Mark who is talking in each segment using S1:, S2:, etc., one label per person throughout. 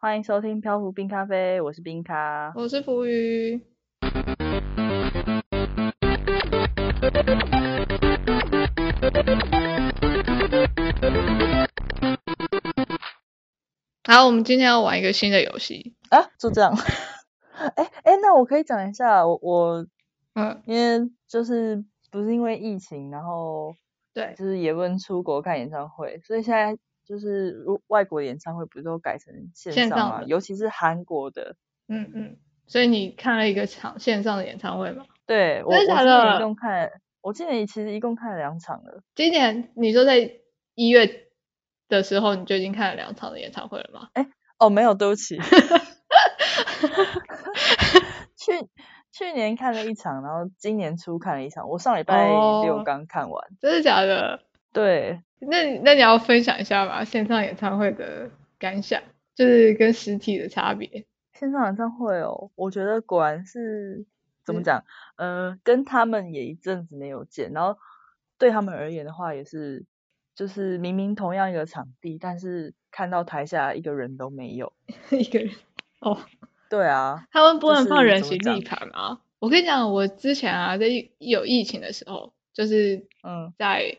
S1: 欢迎收听漂浮冰咖啡，我是冰咖。
S2: 我是浮鱼。好，我们今天要玩一个新的游戏。
S1: 啊，就这样。 哎哎，那我可以讲一下，我我
S2: 嗯，
S1: 因为就是不是因为疫情，然后
S2: 对，
S1: 就是也不能出国看演唱会，所以现在就是如外国的演唱会不是都改成线
S2: 线
S1: 上
S2: 上
S1: 嘛，
S2: 的
S1: 尤其是韩国的。
S2: 嗯嗯。所以你看了一个场线上的演唱会吗？
S1: 对我，我
S2: 真
S1: 今
S2: 的假
S1: 年一
S2: 的
S1: 共看，我今年其实一共看了两场了。
S2: 今年你说在一月的时候，你就已经看了两场的演唱会了吗？
S1: 哦，没有，对不起。 去去年看了一场，然后今年初看了一场。我上礼拜六
S2: 哦
S1: 刚看完。
S2: 真的假的？
S1: 对，
S2: 那你那你要分享一下吧，线上演唱会的感想，就是跟实体的差别。
S1: 线上演唱会哦，我觉得果然是怎么
S2: 嗯
S1: 讲？呃，跟他们也一阵子没有见，然后对他们而言的话，也是就是明明同样一个场地，但是看到台下一个人都没有。
S2: 一个人哦，
S1: 对啊，
S2: 他们不
S1: 就
S2: 能放
S1: 是
S2: 人
S1: 怎么
S2: 形
S1: 讲
S2: 立牌吗？啊我跟你讲，我之前啊，在疫有疫情的时候，就是
S1: 嗯
S2: 在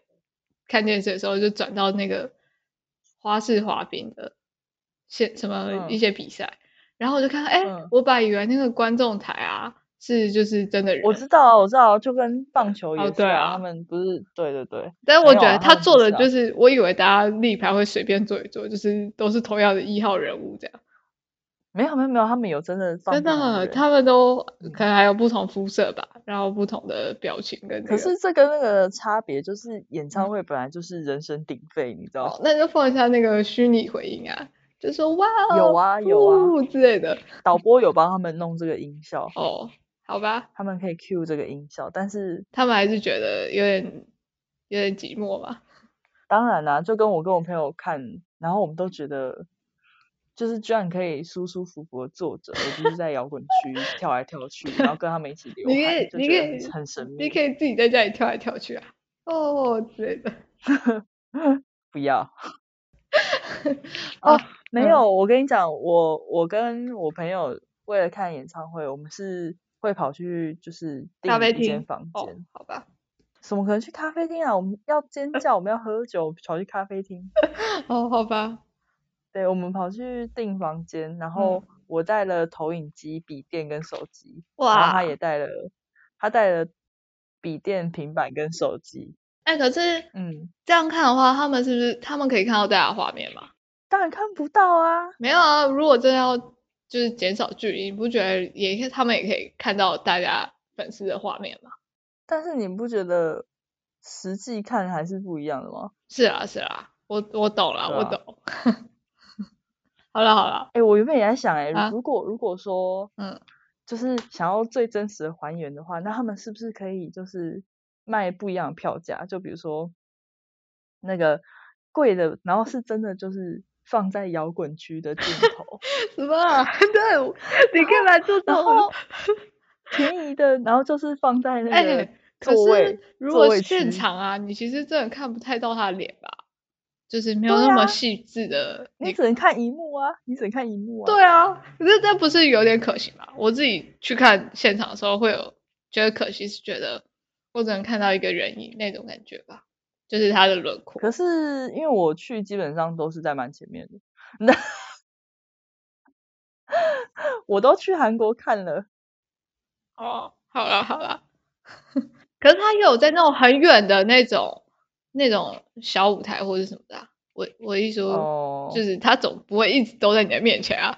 S2: 看电视的时候，就转到那个花式滑冰的现什么
S1: 嗯
S2: 一些比赛，然后我就看，哎、
S1: 嗯
S2: 我本来以为那个观众台啊是就是真的人，
S1: 我知道啊，我知道啊，就跟棒球也
S2: 哦
S1: 是
S2: 对
S1: 他
S2: 啊
S1: 们不是对对对，
S2: 但
S1: 没
S2: 我
S1: 有
S2: 觉
S1: 啊
S2: 得
S1: 他
S2: 他
S1: 们
S2: 做
S1: 不
S2: 的
S1: 是啊
S2: 就是，我以为大家立牌会随便做一做，就是都是同样的一号人物这样。
S1: 没有没有没有，他们有真的放
S2: 真
S1: 不同
S2: 的，
S1: 人
S2: 他们都
S1: 嗯
S2: 可能还有不同肤色吧，然后不同的表情跟、那
S1: 可
S2: 个。
S1: 是这跟那个差别就是，演唱会本来就是人声鼎沸，你知道？
S2: 嗯哦，那就放一下那个虚拟回应啊，就说哇哦，
S1: 有啊有啊
S2: 呜之类的。
S1: 导播有帮他们弄这个音效，
S2: 哦，好吧，
S1: 他们可以 cue 这个音效，但是
S2: 他们还是觉得有点有点寂寞吧。
S1: 当然啦、就跟我跟我朋友看，然后我们都觉得，就是居然可以舒舒服服的坐着，而不是在摇滚区跳来跳去，然后跟他们一起流
S2: 你可
S1: 汗
S2: 以，
S1: 就
S2: 你
S1: 觉
S2: 可
S1: 得
S2: 以
S1: 很很神秘。
S2: 你可以自己在家里跳来跳去啊，哦之类的。
S1: 不 要。
S2: 啊
S1: 哦，没
S2: 嗯
S1: 有，我跟你讲，我我跟我朋友为了看演唱会，我们是会跑去就是订
S2: 咖啡
S1: 一间
S2: 厅
S1: 房
S2: 哦
S1: 间，，
S2: 好吧，
S1: 怎么可能去咖啡厅啊？我们要 尖叫，我们要喝酒，我们跑去咖啡厅。
S2: 哦，好吧，
S1: 对，我们跑去订房间，然后
S2: 嗯
S1: 我带了投影机、笔电跟手机，然后他
S2: 哇
S1: 也带了，他带了笔电、平板跟手机。
S2: 哎、可是
S1: 嗯，
S2: 这样看的话，他们是不是他们可以看到大家的画面吗？
S1: 当然看不到啊。
S2: 没有啊，如果真的要就是减少距离，你不觉得也可以他们也可以看到大家粉丝的画面吗？
S1: 但是你不觉得实际看还是不一样的吗？
S2: 是啊，是啊，我我懂了，
S1: 对
S2: 我
S1: 啊
S2: 懂。 好了好了，
S1: 哎、我原本也在想、欸，哎、
S2: 啊
S1: 如果如果说
S2: 嗯，
S1: 就是想要最真实的还原的话，那他们是不是可以就是卖不一样的票价？就比如说那个贵的，然后是真的就是放在摇滚区的镜 头，
S2: 什么 啊？对，我你干嘛做这
S1: 然
S2: 种
S1: 后？便宜的，然后就是放在那
S2: 哎、
S1: 个
S2: 可
S1: 座位。
S2: 是如
S1: 座
S2: 果
S1: 位
S2: 现
S1: 区
S2: 场啊，你其实真的看不太到他的脸吧，就是没有
S1: 对
S2: 那么
S1: 啊
S2: 细致的那
S1: 你只能看一幕啊，你只能看一幕啊。
S2: 对啊，可是这不是有点可惜吗？我自己去看现场的时候，会有觉得可惜，是觉得我只能看到一个人影那种感觉吧，就是他的轮廓。
S1: 可是因为我去基本上都是在蛮前面的，那 我都去韩国看了，
S2: 哦，好啦好啦， 可是他也有在那种很远的那种那种小舞台或者什么的啊、我我一说，
S1: 哦，
S2: 就是他总不会一直都在你的面前啊。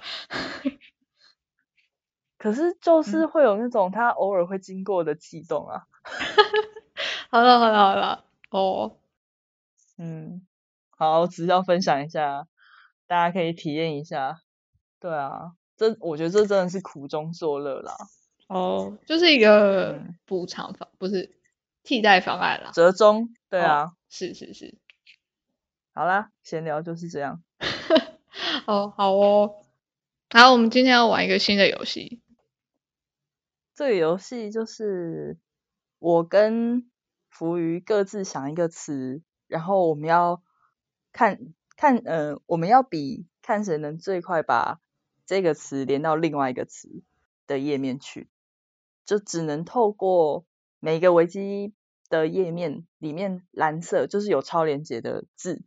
S1: 可是
S2: 嗯
S1: 就是会有那种他偶尔会经过的悸动啊，
S2: 好了好了好了，哦，
S1: 嗯，好，只是要分享一下，大家可以体验一下，对啊，这我觉得这真的是苦中作乐啦，
S2: 哦，就是一个
S1: 嗯
S2: 补偿方，不是替代方案啦。
S1: 折中，对
S2: 哦
S1: 啊，
S2: 是是是，
S1: 好啦，闲聊就是这样，
S2: 哦，好哦。然后我们今天要玩一个新的游戏，
S1: 这个游戏就是我跟浮鱼各自想一个词，然后我们要看看，呃，我们要比看谁能最快把这个词连到另外一个词的页面去，就只能透过每个维基的页面里面蓝色就是有超连接的字，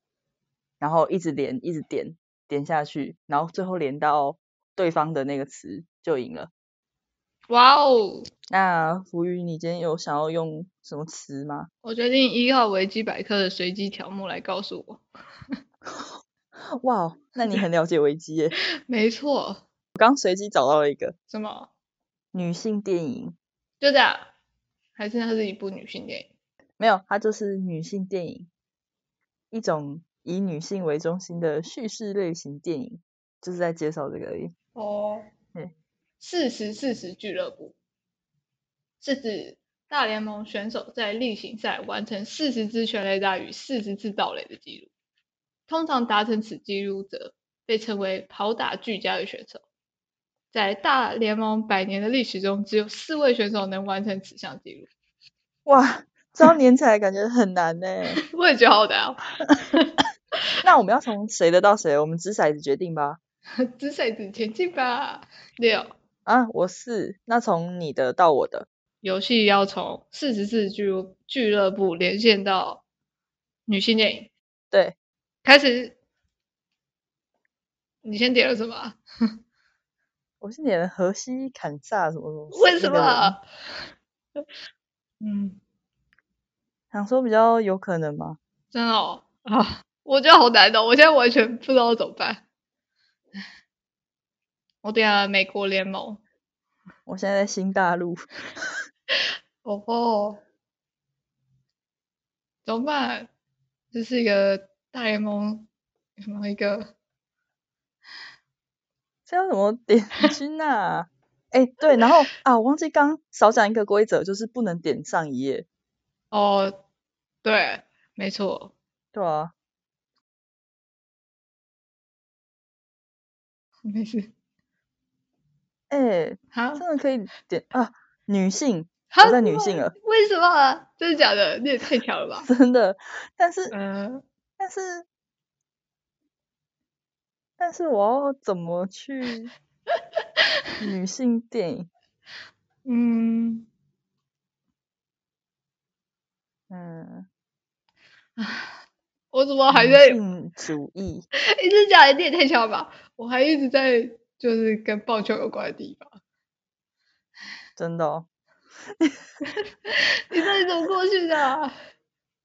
S1: 然后一直连一直点点下去，然后最后连到对方的那个词就赢了。
S2: 哇哦！
S1: 那浮云，你今天有想要用什么词吗？
S2: 我决定依靠维基百科的随机条目来告诉我。
S1: 哇哦，那你很了解维 基耶！
S2: 没错，
S1: 我刚随机找到了一个
S2: 什么？
S1: 女性电影，
S2: 就这样？还是它是一部女性电影？
S1: 没有，它就是女性电影，一种以女性为中心的叙事类型电影，就是在介绍这个而已。
S2: 哦，
S1: 嗯，
S2: 四十四十俱乐部是指大联盟选手在例行赛完成四十支全垒打与四十次盗垒的记录。通常达成此纪录者被称为跑打俱佳的选手。在大联盟百年的历史中，只有四位选手能完成此项纪录。
S1: 哇，这 样连起来感觉很难呢。
S2: 我也觉得好难哦，
S1: 那我们要从谁的到谁？我们掷骰子决定吧。
S2: 掷骰子前进吧。六，
S1: 啊，我四，那从你的到我的。
S2: 游戏要从四十四俱乐俱乐部连线到女性电影，
S1: 对，
S2: 开始。你先点了什么啊？
S1: 我是点的荷西坎萨什么什么。
S2: 为什
S1: 那个人
S2: 么？嗯，
S1: 想说比较有可能吗？
S2: 真的哦啊，我觉得好难哦懂，我现在完全不知道怎么办。我点了美国联盟，
S1: 我现在在新大陆，
S2: 哦吼，怎么办？这是一个大联盟，什么一个
S1: 这要怎么点军啊？哎、对，然后啊，我忘记刚少讲一个规则，就是不能点上一页。
S2: 哦，对，没错，
S1: 对啊，
S2: 没事。
S1: 哎、
S2: 好，
S1: 真的可以点啊，女性，
S2: 好
S1: 我在女性了，！
S2: 为什么？真的假的？你也太强了吧
S1: 真的。但是
S2: 嗯、
S1: 但是，但是我要怎么 去女性电影？
S2: 嗯，
S1: 嗯，
S2: 我怎么哦还
S1: 女
S2: 在？
S1: 性主义。
S2: 一直讲你也太强了吧！我还一直在就是跟棒球有关的地方。
S1: 真的、哦？
S2: 你到底怎么过去的啊、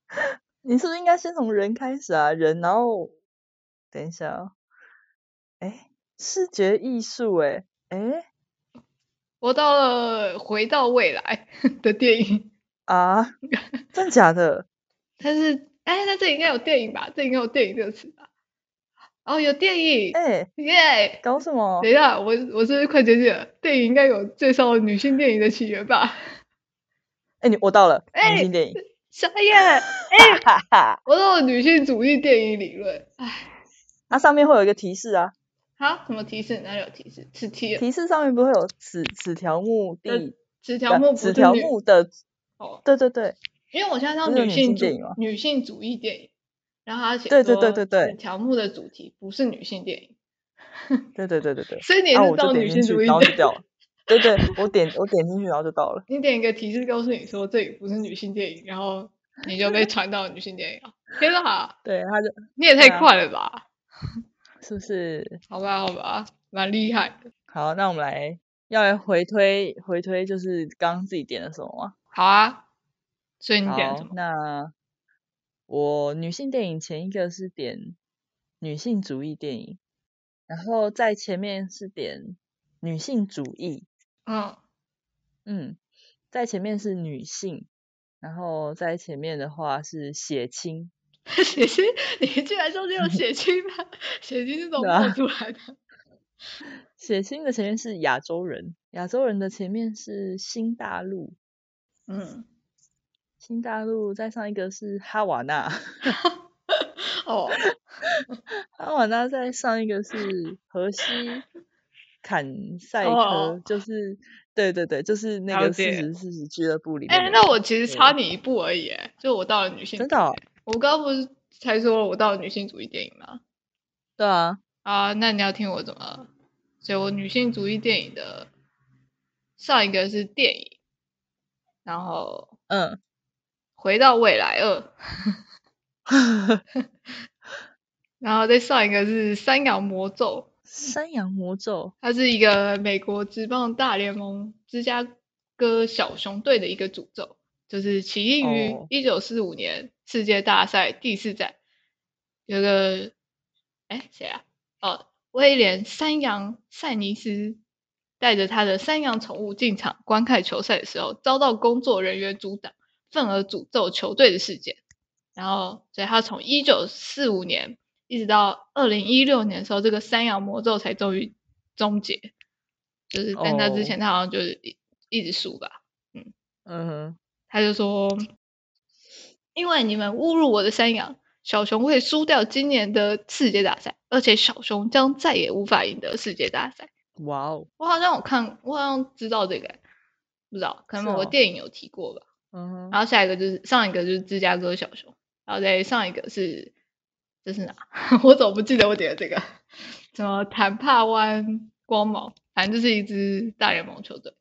S1: 你是不是应该先从人开始啊？人，然后等一下、哦，哎，视觉艺术，哎，哎
S2: 我到了回到未来 的电影，
S1: 啊，真假的？
S2: 但是哎，那这应该有电影吧？这应该有电影这个词吧？哦，有电影，
S1: 哎，
S2: 耶、
S1: 搞什么
S2: 等？一下，我我是不是快接近了？电影应该有介绍女性电影的起源吧？
S1: 哎，你我到了，
S2: 哎
S1: 女性电影，
S2: 傻眼！
S1: 哈哈，
S2: 我都有女性主义电影理论。哎，
S1: 它上面会有一个提示啊，
S2: 好，什么提示？哪里有提示？此题
S1: 提示上面不会有此此条目第
S2: 此
S1: 不
S2: 呃条目不
S1: 此
S2: 是
S1: 呃条
S2: 女
S1: 目的，
S2: 哦，
S1: 对对对，
S2: 因为我现在
S1: 不
S2: 上
S1: 是有
S2: 女
S1: 女
S2: 性
S1: 性
S2: 主
S1: 电影吗
S2: 女性主义电影，然后他写
S1: 对对
S2: 说
S1: 对对对
S2: 此条目的主题不是女性电影，
S1: 对对对对对，
S2: 所以你也
S1: 然后啊
S2: 是
S1: 我就
S2: 照
S1: 点
S2: 女
S1: 进
S2: 性
S1: 去，
S2: 主义
S1: 然后就
S2: 电影。
S1: 掉了，对对，我点我点进去，然后就到了，
S2: 你点一个提示告诉你说这里不是女性电影，然后你就被传到女性电影了。天哪，
S1: 对，它就
S2: 你也
S1: 对
S2: 太
S1: 啊
S2: 快了吧！
S1: 是不是？
S2: 好吧，好吧，蛮厉害的。
S1: 好，那我们来要来回推回推，就是刚刚自己点的什么吗？
S2: 好啊，所以你点了什
S1: 好，
S2: 么？
S1: 那我女性电影前一个是点女性主义电影，然后在前面是点女性主义，
S2: 嗯，
S1: 嗯，在前面是女性，然后在前面的话是血清，
S2: 血清，你居然说只 有血清吗？ 血清是怎么
S1: 对啊
S2: 冒出来的？
S1: 血清的前面是亚洲人，亚洲人的前面是新大陆，
S2: 嗯，
S1: 新大陆再上一个是哈瓦那。
S2: 哦，
S1: 阿瓦那再上一个是荷西坎赛科，
S2: 哦
S1: 就是对对对，就是那
S2: 了
S1: 个四
S2: 解
S1: 十四十俱乐部里面
S2: 哎、
S1: 的人。
S2: 那我其实
S1: 对
S2: 差你一步而已，哎，就我到了女性
S1: 真
S2: 主
S1: 的
S2: 义
S1: 哦、
S2: 我刚刚不是才说我到了女性主义电影吗？
S1: 对啊，
S2: 啊，那你要听我怎么所以我女性主义电影的上一个是电影，然后
S1: 嗯，
S2: 回到未来二，然后再上一个是山羊魔咒，
S1: 山羊魔咒，
S2: 它是一个美国职棒大联盟芝加哥小熊队的一个诅咒，就是起因于
S1: 哦
S2: 一九四五年世界大赛第四战，有个哎谁啊？哦，威廉山羊塞尼斯带着他的山羊宠物进场观看球赛的时候，遭到工作人员阻挡，愤而诅咒球队的事件。然后，所以他从一九四五年一直到二零一六年的时候，这个山羊魔咒才终于终结。就是在那之
S1: 哦
S2: 前，他好像就是一一直输吧。
S1: 嗯哼，
S2: 他就说：“因为你们侮辱我的山羊，小熊会输掉今年的世界大赛，而且小熊将再也无法赢得世界大赛。
S1: 哇哦，”
S2: 我好像有看，我好像知道这个，欸不知道可能
S1: 是
S2: 某个
S1: 哦
S2: 电影有提过吧。
S1: 嗯哼，
S2: 然后下一个就是上一个就是芝加哥小熊，然后再上一个是这是哪？ 我怎么不记得我点的这个？什么坦帕湾光芒？反正就是一支大联盟球队。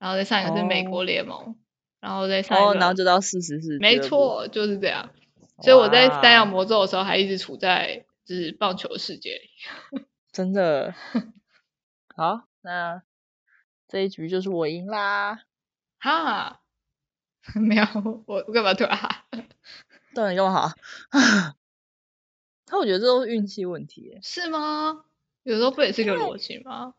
S2: 然后再上一个是美国
S1: 哦
S2: 联盟，然后再上一个
S1: 哦，然后就到四十四，
S2: 没，错，就是这样。所以我在三
S1: 哇
S2: 羊魔咒的时候，还一直处在就是棒球世界里。
S1: 真 的。好，那这一局就是我赢啦。
S2: 哈， 没有，我我干嘛突然哈？
S1: 到底干嘛好？ 他我觉得这都是运气问题耶，
S2: 是吗？有时候不也是个逻辑吗？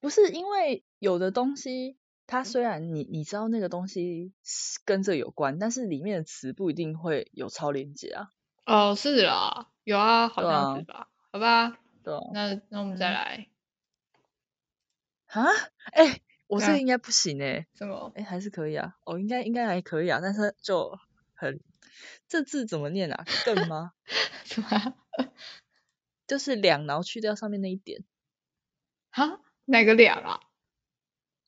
S1: 不是因为有的东西，它虽然你你知道那个东西是跟这有关，但是里面的词不一定会有超连接啊，
S2: 哦，是啦，有啊，好
S1: 对
S2: 像
S1: 啊
S2: 是吧？好吧，
S1: 对啊
S2: 那那我们再
S1: 嗯
S2: 来
S1: 啊，哎、我
S2: 对
S1: 这
S2: 啊
S1: 个应该不行哎、
S2: 什么？
S1: 哎、还是可以啊，哦，应该应该还可以啊，但是就很这字怎么念啊？更 吗？
S2: 什么 啊？
S1: 就是两，然后去掉上面那一点，
S2: 哈？哪个两啊？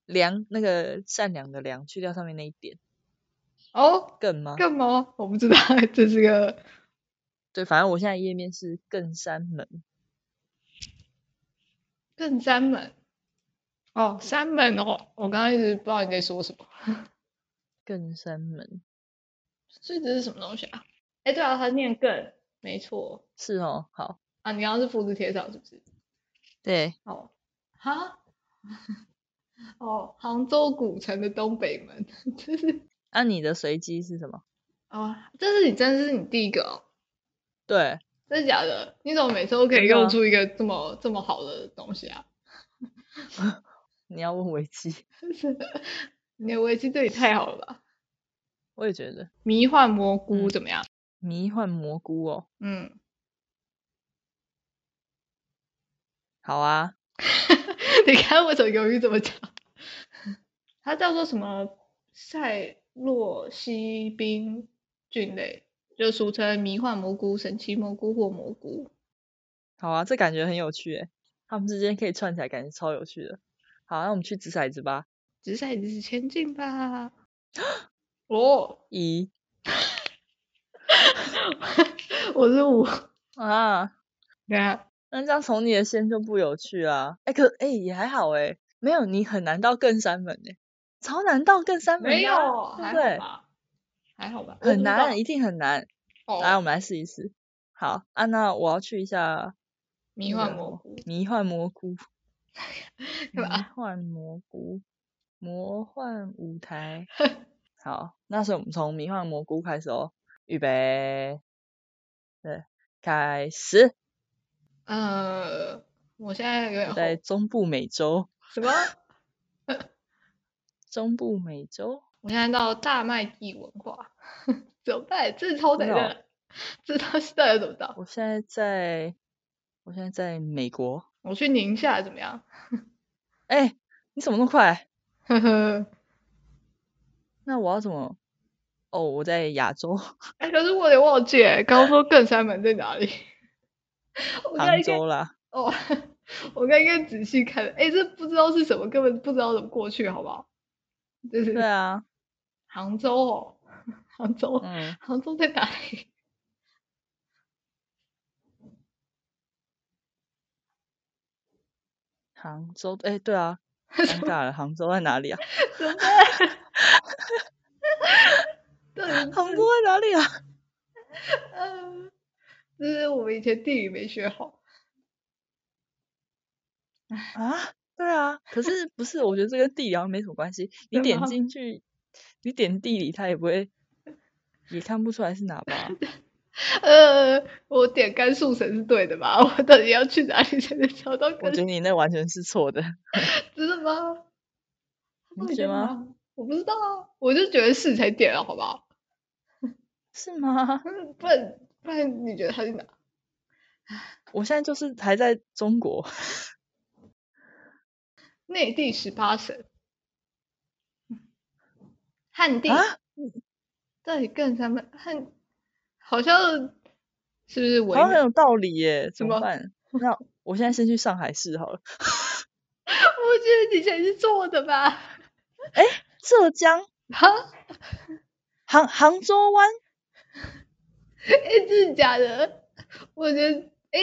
S1: 良那个善良的良，去掉上面那一点，
S2: 哦，
S1: 更吗？
S2: 干嘛？我不知道， 这是个
S1: 对，反正我现在页面是更山门。
S2: 更三门。哦，三门哦，我刚刚一直不知道你在说什么。
S1: 更山门
S2: 所以这是什么东西啊？哎，对啊，它念更，没错
S1: 是哦，好，
S2: 啊。你刚刚是复制贴上是不是？
S1: 对，
S2: 哦，哈， 哦，杭州古城的东北门， 这是
S1: 那、啊你的随机是什么？
S2: 哦，这是你真的是你第一个哦，
S1: 对，
S2: 真的假的？你怎么每次都可以
S1: 真的啊
S2: 用出一个这么这么好的东西啊？
S1: 你要问维基，
S2: 你的危机对你太好了吧？
S1: 我也觉得
S2: 迷幻蘑
S1: 嗯
S2: 菇怎么样？
S1: 迷幻蘑菇哦，
S2: 嗯，
S1: 好啊，
S2: 你看为什么犹豫这么久？ 它叫做什么塞洛西宾菌类，就俗称迷幻蘑菇、神奇蘑菇或蘑菇。
S1: 好啊，这感觉很有趣诶，他们之间可以串起来，感觉超有趣的。好，那我们去掷骰子吧，
S2: 掷骰子前进吧！ 哦，
S1: 一
S2: 我是五，
S1: 啊，
S2: 对啊，
S1: 那这样从你的先就不有趣啦。哎、可哎、也还好诶，没有你很难到更山门诶，超难到更山门的
S2: 没有，
S1: 啊、
S2: 还
S1: 对不
S2: 好吧，还好吧，我
S1: 对？
S2: 不
S1: 很
S2: 知
S1: 难，啊
S2: 道
S1: 一定很难。来，我
S2: 哦，
S1: 们来试一试。好啊，那我要去一下
S2: 迷
S1: 那
S2: 幻
S1: 个
S2: 蘑菇，
S1: 迷幻蘑 菇，迷
S2: 干嘛
S1: 幻蘑菇，魔幻舞 台。好，那所以我们从迷幻蘑菇开始哦，预备，对，开始。
S2: 呃，我现在有点
S1: 我在
S2: 后
S1: 中部美洲，
S2: 什么？
S1: 中部美洲，
S2: 我现在到大麦地文化， 怎么办？这是超难
S1: 真的哦
S2: 的，这到现在怎么到？
S1: 我现在在，我现在在美国。
S2: 我去宁夏怎么样？
S1: 哎、你怎么那么快？
S2: 呵呵，
S1: 那我要怎么？哦，我在亚洲，
S2: 哎，可是我得忘记了，刚刚说更山门在哪里？ 我现在
S1: 杭
S2: 应该
S1: 州啦。
S2: 哦，我刚刚仔细看了，哎，这不知道是什么，根本不知道怎么过去，好不好？就
S1: 对
S2: 是
S1: 啊，
S2: 杭州哦， 杭州，
S1: 嗯，
S2: 杭州在哪里？
S1: 杭州，哎，对 啊，尴尬了，杭州在哪里啊？
S2: 对，嗯、
S1: 杭州在哪里啊？
S2: 呃 这是我们以前地理没学好。
S1: 啊，对啊，可是不是？我觉得这跟地理好像没什么 关系。你
S2: 真的
S1: 点
S2: 吗
S1: 进去，你点地理，它也不 会，也看不出来是哪吧？
S2: 呃，我点甘肃省是对的吧？ 我到底要去哪里才能找到
S1: 我
S2: 甘
S1: 觉
S2: 肃
S1: 得？你那完全是错 的。
S2: 真的吗？
S1: 你
S2: 会
S1: 觉得吗
S2: 吗？我不知道啊，我就觉得是才点了，好不好？
S1: 是吗？
S2: 嗯，不然不然你觉得他是哪？
S1: 我现在就是还在中国，
S2: 内地十八省，汉地
S1: 啊
S2: 这里更他们汉，好像是不是
S1: 好
S2: 维
S1: 像很
S2: 南？
S1: 有道理耶，怎么
S2: 么
S1: 办？ 那我现在先去上海市好了。
S2: 我觉得你才是错的吧？
S1: 浙江
S2: 哈，
S1: 杭杭州湾，
S2: 哎、真的假的？我觉得，哎、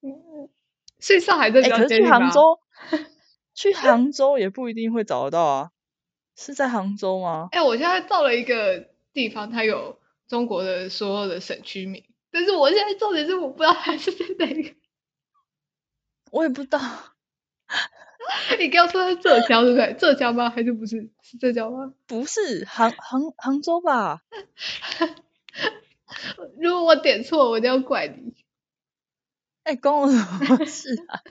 S2: 嗯，所以上海这比
S1: 哎、
S2: 较
S1: 可是
S2: 接
S1: 去
S2: 近吧
S1: 杭，州， 去杭州也不一定会找得到啊。是在杭州吗？
S2: 哎、我现在到了一个地方，它有中国的所有的省区名，但是我现在重点是我不知道它是在哪一个。
S1: 我也不知道。
S2: 你刚刚说它浙江对不对？浙江吗？还是不是？是浙江吗？
S1: 不是杭杭杭州吧？
S2: 如果我点错，我一定要怪你。
S1: 哎、关我什 么事啊？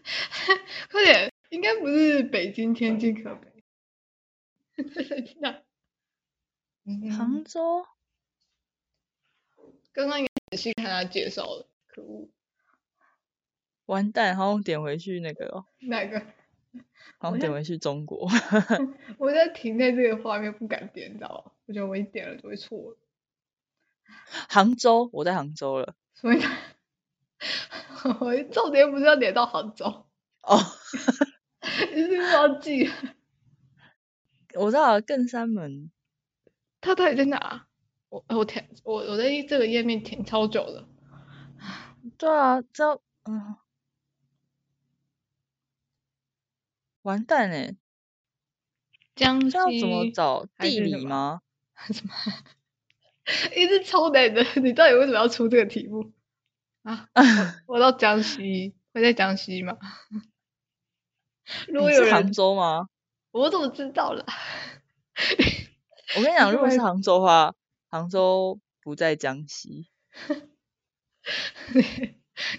S2: 快点，应该不是北京、天津、河北。 那，
S1: 杭
S2: 嗯，
S1: 州
S2: 刚刚应该仔细看他介绍了，可恶，
S1: 完蛋，好像点回去那个哦，
S2: 哪个？
S1: 好
S2: 我
S1: 像点
S2: 现
S1: 回去中国。
S2: 我在停在这个画面不敢点，你知道吗？我觉得我一点了就会错了，
S1: 杭州，我在杭州了。
S2: 所以我重点不是要点到杭州，
S1: 哦，
S2: 你是忘记了
S1: 我知道了，更山门。
S2: 它到底在哪啊？我我停我我在这个页面停超久了，
S1: 对啊，知道，嗯，完蛋哎、欸，
S2: 江
S1: 这要怎么
S2: 西
S1: 找
S2: 还
S1: 地
S2: 是什
S1: 理
S2: 么
S1: 吗？
S2: 一直超难的，你到底为什么要出这个题目啊？我我到江西，会在江西 吗？如果
S1: 你
S2: 有
S1: 是杭
S2: 人，
S1: 州吗？
S2: 我怎么知道啦？
S1: 我跟你讲，
S2: 是
S1: 如果是
S2: 外
S1: 杭州的话，杭州不在江西。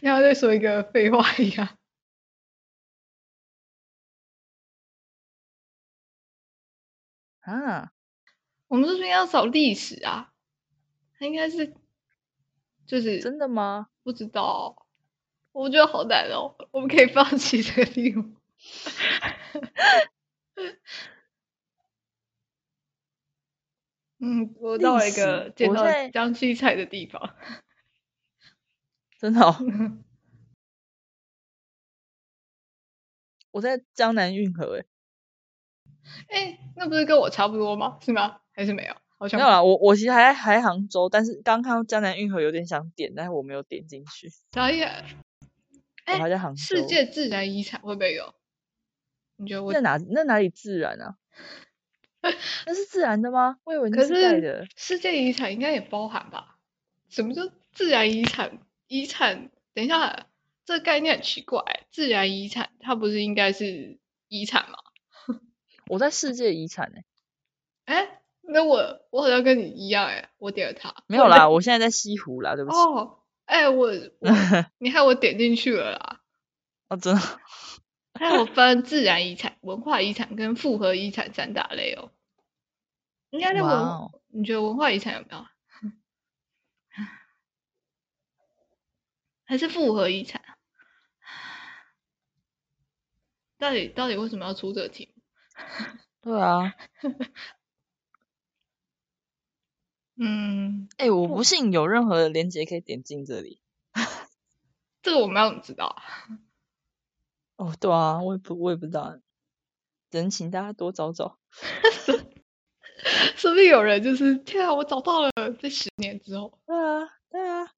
S2: 你要再说一个废话一样。
S1: 啊，
S2: 我们这边要找历史啊，它应该是就是
S1: 真的吗？
S2: 不知道哦、我觉得好难哦。我们可以放弃这个题目。 嗯，我
S1: 历
S2: 到了一
S1: 史
S2: 个介
S1: 我
S2: 绍
S1: 在
S2: 江西菜的地方，
S1: 真的、 哦，我在江南运河哎、
S2: 哎、那不是跟我差不多吗？是吗？还是没有？好像
S1: 没有啊啦，我我其实还在还在杭州，但是刚看到江南运河有点想点，但是我没有点进去，
S2: 啥呀？
S1: 我
S2: 哎
S1: 还在杭州。
S2: 世界自然遗产会不会有？你觉得我
S1: 那哪那哪里自然啊？那是自然的吗？我以 为那
S2: 可
S1: 是盖
S2: 是
S1: 的。
S2: 世界遗产应该也包含吧？什么叫自然遗产？遗产？等一下，这个概念很奇怪。自然遗产它不是应该是遗产吗？
S1: 我在世界遗产哎、
S2: 哎，那我我好像跟你一样哎，我点了它。
S1: 没有啦，我现在在西湖啦，对不起。
S2: 哦，哎，我 我你害我点进去了啦。
S1: 哦，真的，
S2: 它有分自然遗产、文化遗产跟复合遗产三大类哦。应该在文，
S1: 哇哦
S2: 你觉得文化遗产有没有啊？还是复合遗产啊？到底到底为什么要出这个题目？
S1: 对啊。
S2: 嗯，
S1: 哎、我不信有任何的连接可以点进这里。
S2: 这个我们要怎么知道啊？
S1: 哦，对啊，我也不我也不知道，只能请大家多找找。
S2: 说不定有人就是天啊，我找到了，在十年之后，
S1: 对啊，对啊。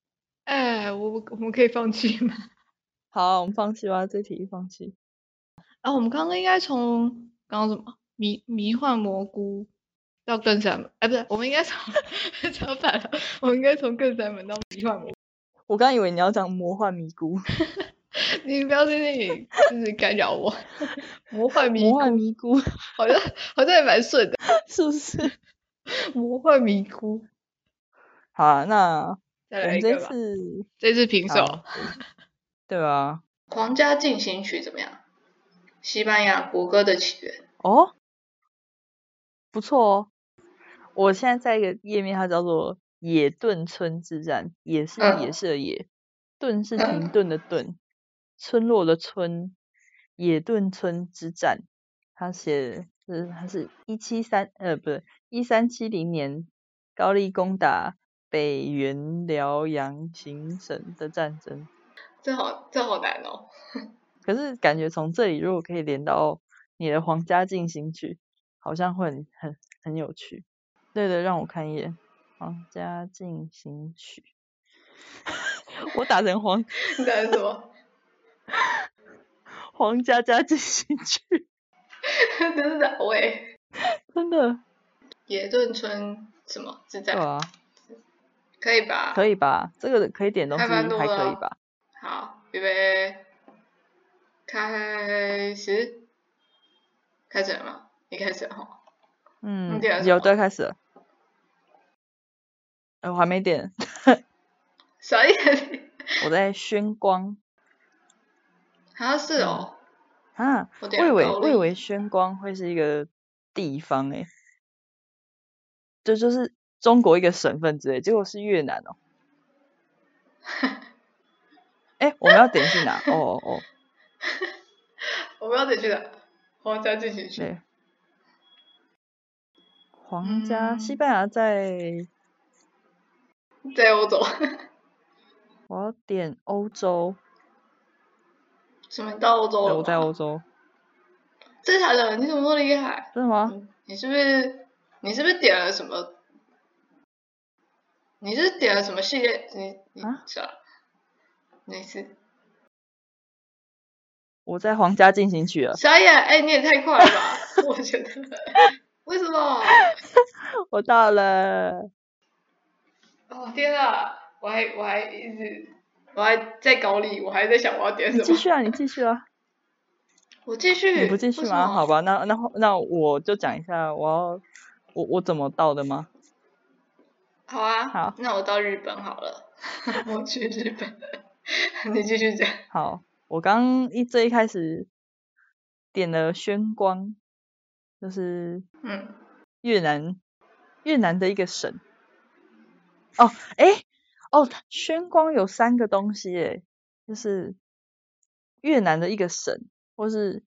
S2: 哎，我我们可以放弃吗？
S1: 好，我们放弃吧，这题放弃。
S2: 啊，我们刚刚应该从刚刚什么迷迷幻蘑菇到更山门，哎，不对，我们应该从 讲反了，我们应该从更山门到迷幻蘑菇。
S1: 我刚以为你要讲魔幻迷菇，
S2: 你不要在那里就是干扰我， 魔幻 迷
S1: 魔
S2: 菇
S1: 幻迷菇
S2: 好像好像也蛮顺的，
S1: 是不是？
S2: 魔幻迷菇。
S1: 好啊，那
S2: 再
S1: 我
S2: 来
S1: 们
S2: 一
S1: 这
S2: 个吧，
S1: 次
S2: 这次平手。
S1: 好对 啊，
S2: 皇家进行曲怎么样？西班牙国歌的起源。
S1: 哦，不错哦。我现在在一个页面，它叫做野顿村之战，野是
S2: 嗯
S1: 野是的野，顿是
S2: 嗯
S1: 停顿的顿，村落的村，野顿村之战。它写是它是一七三呃不是一三七零年高丽攻打北元辽阳行省的战争。
S2: 这好这好难哦。
S1: 可是感觉从这里如果可以连到你的皇家进行曲，好像会很很很有趣。对的，让我看一眼《皇家进行曲》 我打成皇
S2: 你在说，
S1: 皇家家进行曲，
S2: 这是哪位？
S1: 真的
S2: 野顿村什么之
S1: 对
S2: 战？
S1: 啊，
S2: 可以吧？
S1: 可以吧？这个可以点东西
S2: 还蛮多
S1: 还
S2: 的
S1: 可以
S2: 啊
S1: 吧？
S2: 好，预备，开始，开始了吗？你开始了哦哈。
S1: 嗯
S2: 点了，什
S1: 有
S2: 么
S1: 的开始了。呃，我还没点，
S2: 啥意思？
S1: 我在宣光
S2: 啊，是哦，
S1: 啊，
S2: 我
S1: 我
S2: 点
S1: 以
S2: 了
S1: 为
S2: 高
S1: 我以
S2: 丽。
S1: 为宣光会是一个地方诶、这就是中国一个省份之类，结果是越南 哦。哎、我们要点去哪？哦哦哦，
S2: 我不要点去哪？皇家进行曲。
S1: 对，皇家西
S2: 嗯
S1: 班牙在，
S2: 在欧洲，
S1: 我要点欧洲，
S2: 什么到欧洲
S1: 对
S2: 了
S1: 我
S2: 吗？
S1: 在欧洲，
S2: 真的假的？你怎么那么厉害？
S1: 真的吗？
S2: 嗯你是不是你是不是点了什么？你是点了什么系列？你你
S1: 啊
S2: 啥？你是
S1: 我在皇家进行曲了，
S2: 傻眼？哎、你也太快了 吧！我觉得为什么？
S1: 我到了，
S2: 哦天啊！我还我还一直我还在搞你，我还在想我要点
S1: 你
S2: 什
S1: 继
S2: 么。
S1: 续啊，你继续啊，
S2: 我继续，
S1: 你不继续
S2: 为什
S1: 吗？啊
S2: 么
S1: 好吧，那那那我就讲一下我要我我怎么到的吗？
S2: 好啊，
S1: 好
S2: 那我到日本好 了，我去日本。 你继续讲，
S1: 好，我刚一最一开始点了宣光，就是
S2: 嗯，
S1: 越南越南的一个省。哦，诶，哦，它宣光有三个东西诶，就是越南的一个省，或是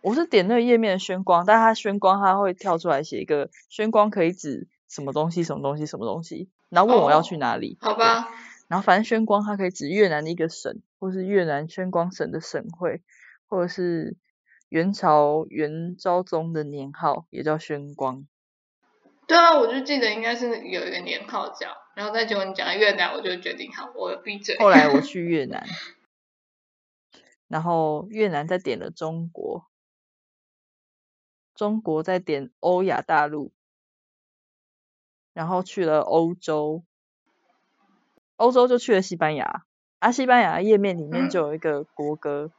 S1: 我是点那个页面的宣光，但它宣光它会跳出来写一个宣光可以指什么东西什么东西什么东西，然后问我要去
S2: 哦
S1: 哪里。
S2: 好
S1: 对
S2: 吧，
S1: 然后反正宣光它可以指越南的一个省，或是越南宣光省的省会，或者是元朝元昭宗的年号也叫宣光。
S2: 对啊，我就记得应该是有一个年号叫，然后再结果你讲到越南，我就决定好，我闭嘴。
S1: 后 来我去越南，然后越南再点了中国，中国再点欧亚大陆，然后去了欧洲，欧洲就去了西班牙。啊，西班牙页面里面
S2: 嗯
S1: 就有一个国歌，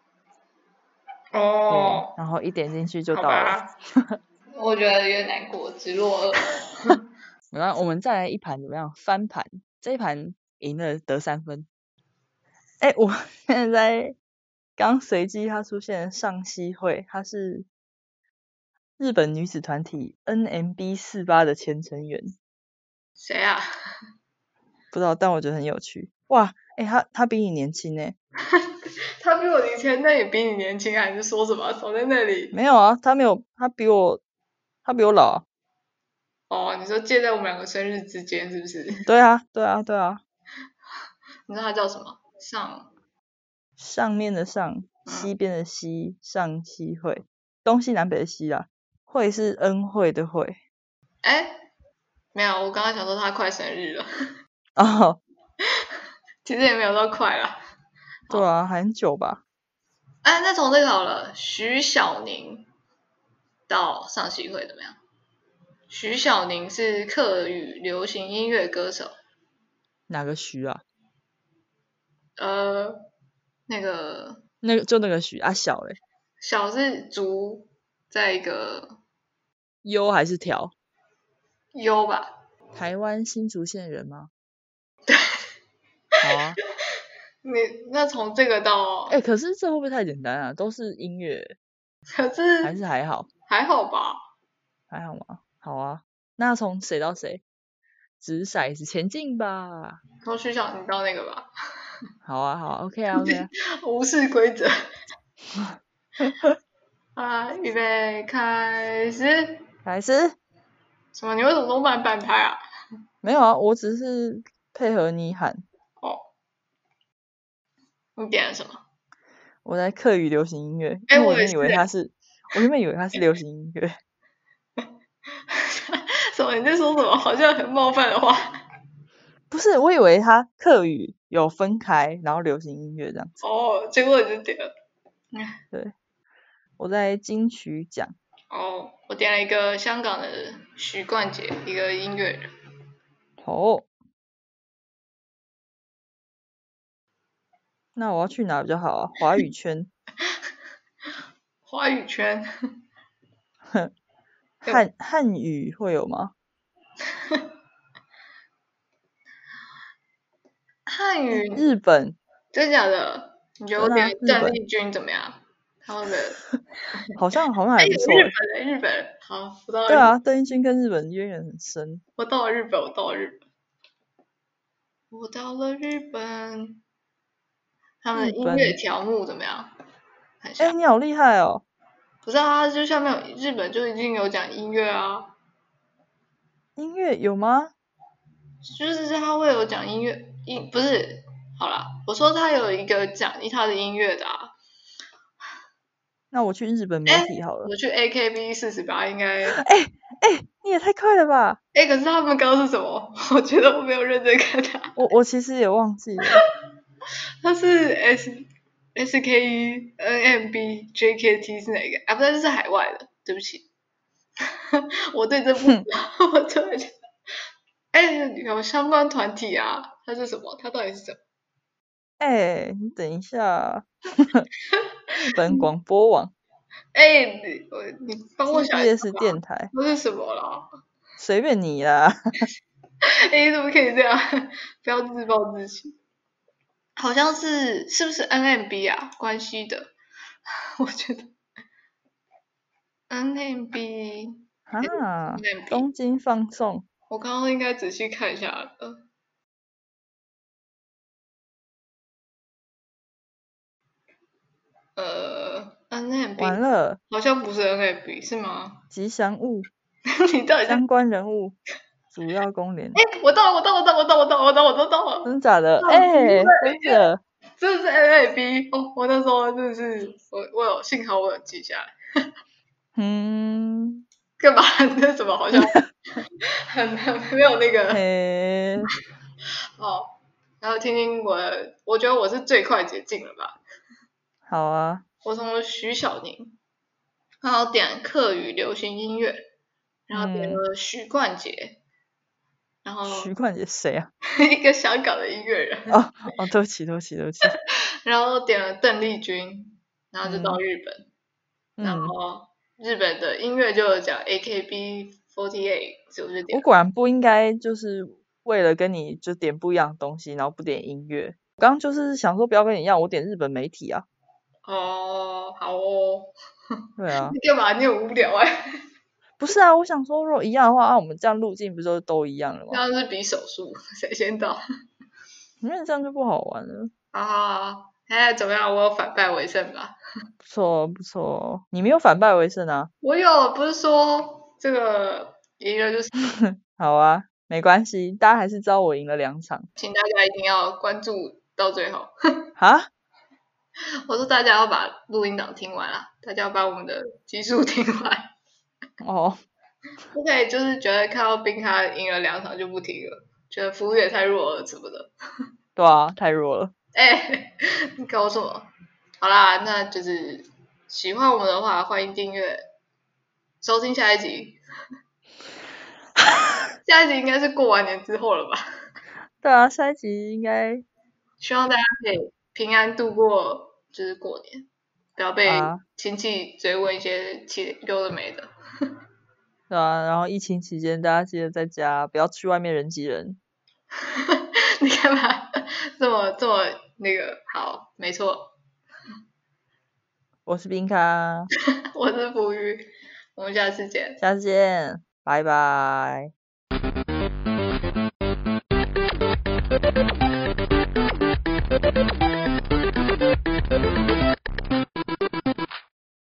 S1: 对，
S2: 哦，
S1: 然后一点进去就
S2: 好
S1: 到了。
S2: 吧， 我觉得越南果汁落二，
S1: 然后我们再来一盘怎么样？翻盘，这一盘赢了得三分。哎，我 现在刚随机它出现了上西会，它是日本女子团体 NMB 四八的前成员，
S2: 谁啊？
S1: 不知道，但我觉得很有趣。哇，哎，她她比你年轻哎，
S2: 他比我年轻，那也比你年轻啊！你是说什么？守在那里？
S1: 没有啊，她没有，她比我，她比我老啊。
S2: 哦，你说介在我们两个生日之间是不是？
S1: 对啊，对啊，对啊，
S2: 你知道他叫什么？上
S1: 上面的上，西边的西，上西会，东西南北的西啊，会是恩惠的惠。
S2: 哎，没有，我刚刚想说他快生日了，
S1: 哦，
S2: 其实也没有到快啦。
S1: 对啊，很久吧？
S2: 哎，那从这个好了，徐小宁到上戏会怎么样？徐小宁是客语流行音乐歌手，
S1: 哪个徐啊？
S2: 呃，那个
S1: 那个就那个徐啊，小嘞，
S2: 小是竹，在一个
S1: 优还是条？
S2: 优吧，
S1: 台湾新竹县人吗？好啊，
S2: 你那从这个到，
S1: 哎、可是这会不会太简单啊？都是音乐，
S2: 可
S1: 还
S2: 是
S1: 是还好，
S2: 还好吧？
S1: 还好吗？好啊，那从谁到谁？掷骰子前进吧。
S2: 从徐小宁到那个吧，
S1: 好啊，好啊，OK 啊，OK 啊。
S2: 无视规则。 啊，预备开始！
S1: 还是
S2: 什么？你为什么都慢半拍啊？
S1: 没有啊，我只是配合你喊。
S2: 哦，你点了什么？
S1: 我在客语流行音乐，
S2: 哎
S1: 因为
S2: 我
S1: 我
S2: 也
S1: 原本以为
S2: 是
S1: 它是，我原本以为它是流行音乐。
S2: 什么？你在说什么？好像很冒犯的话。
S1: 不是，我以为它客语有分开，然后流行音乐这样子。
S2: 哦，结果你就点了。
S1: 我在金曲奖，
S2: 哦，我点了一个香港的许冠杰，一个音乐人。
S1: 哦，那我要去哪比较好啊？华语圈、
S2: 华语圈 对
S1: 汉汉语会有吗？
S2: 汉语，
S1: 日本
S2: 真假的？你觉得我
S1: 真的啊
S2: 点
S1: 日
S2: 邓
S1: 本
S2: 丽君怎么样？他们的
S1: 好像好像还
S2: 哎
S1: 不
S2: 有
S1: 错
S2: 日
S1: 欸。
S2: 本人，日本人。好，我到了
S1: 对
S2: 日
S1: 啊，邓丽君跟日本渊源很 深。
S2: 我到了日本，我到了日本，我到了日本。他们的
S1: 日
S2: 音
S1: 本
S2: 乐条目怎么样？看一
S1: 哎、
S2: 下，
S1: 你好厉害哦！
S2: 不是啊，就下面有日本就已经有讲音乐啊，
S1: 音乐有吗？
S2: 就是他会有讲音乐音，不是，好啦，我说他有一个讲他的音乐的啊，
S1: 那我去日本媒
S2: 哎
S1: 体好了。
S2: 我去 AKB 四十八应该，哎、
S1: 哎哎、你也太快了吧！
S2: 可是他们刚刚是什么？ 我觉得我没有认真看他，
S1: 我我其实也忘记了。
S2: 他是 S S K E N M B J K T 是哪个啊？不对，这是海外的，对不起， 我对这不知道， 我突然间，哎、有相关团体啊，它是什么？它到底是什么？
S1: 哎、你等一 下，日本广播网、
S2: 哎、你我你帮我想一下
S1: TBS 电台，
S2: 那是什么啦？
S1: 随便你啦。
S2: 哎、你怎么可以这样？不要自暴自弃。好像是是不是 NMB 啊？关系的，我觉得 NMB
S1: 啊，
S2: NMB，
S1: 东京放送，
S2: 我刚刚应该仔细看一下了。呃
S1: 完
S2: ，NMB
S1: 了，
S2: 好像不是 NMB 是吗？
S1: 吉祥物、
S2: 你到底在？
S1: 相关人物、主要 公联，
S2: 哎、我到了，我到了，我到了，我到了，我到了，我到了，我到了。
S1: 真假的？
S2: 好
S1: 哎、真的，
S2: 这是 NAB 哦，我那时候真的是我我有幸好我有记下来，
S1: 嗯，
S2: 干嘛那什么好像很 很没有那个
S1: 嘿，
S2: 哦，然后听听我的，我觉得我是最快捷径了吧，
S1: 好啊，
S2: 我从徐小宁，然后点客语流行音乐，然后点
S1: 嗯
S2: 了许冠杰，然后
S1: 徐冠杰谁啊？
S2: 一个香港的音乐人，
S1: 哦，对不起，对不起，对不 起，
S2: 然后点了邓丽君，然后就到
S1: 嗯
S2: 日本。然
S1: 嗯，
S2: 后日本的音乐就有讲 AKB48，所以我就
S1: 我
S2: 点了
S1: 果然不应该就是为了跟你就点不一样的东西，然后不点音乐。我刚刚就是想说不要跟你一样，我点日本媒体啊。
S2: 哦，好哦，
S1: 对啊，
S2: 你干嘛？你很无聊哎、
S1: 不是啊，我想说如果一样的话，啊，我们这样路径不就都一样了吗？
S2: 那是比手速，谁先到？
S1: 因为这样就不好玩了。
S2: 好好好，哎，怎么样？我有反败为胜吧？
S1: 不错不错，你没有反败为胜啊。
S2: 我有，不是说这个赢了就是，
S1: 好啊，没关系，大家还是知道我赢了两场
S2: 请大家一定要关注到最后。
S1: 啊。
S2: 我说大家要把录音档听完啦，大家要把我们的集数听完。
S1: 哦，
S2: 不可以，就是觉得看到冰他赢了两场就不听了，觉得服务也太弱了什么的。
S1: 对啊，太弱了。
S2: 哎、你搞什么？好啦，那就是喜欢我们的话，欢迎订阅，收听下一集。 下一集应该是过完年之后了吧？
S1: 对啊，下一集应该
S2: 希望大家可以平安度过，就是过年，不要被
S1: 啊
S2: 亲戚追问一些七有的没的。
S1: 对啊，然后疫情期间大家记得在家，不要去外面人挤人。
S2: 你干嘛这么这么那个？好，没错，
S1: 我是冰咖，
S2: 我是浮鱼，我们下次见。
S1: 下次见，拜拜。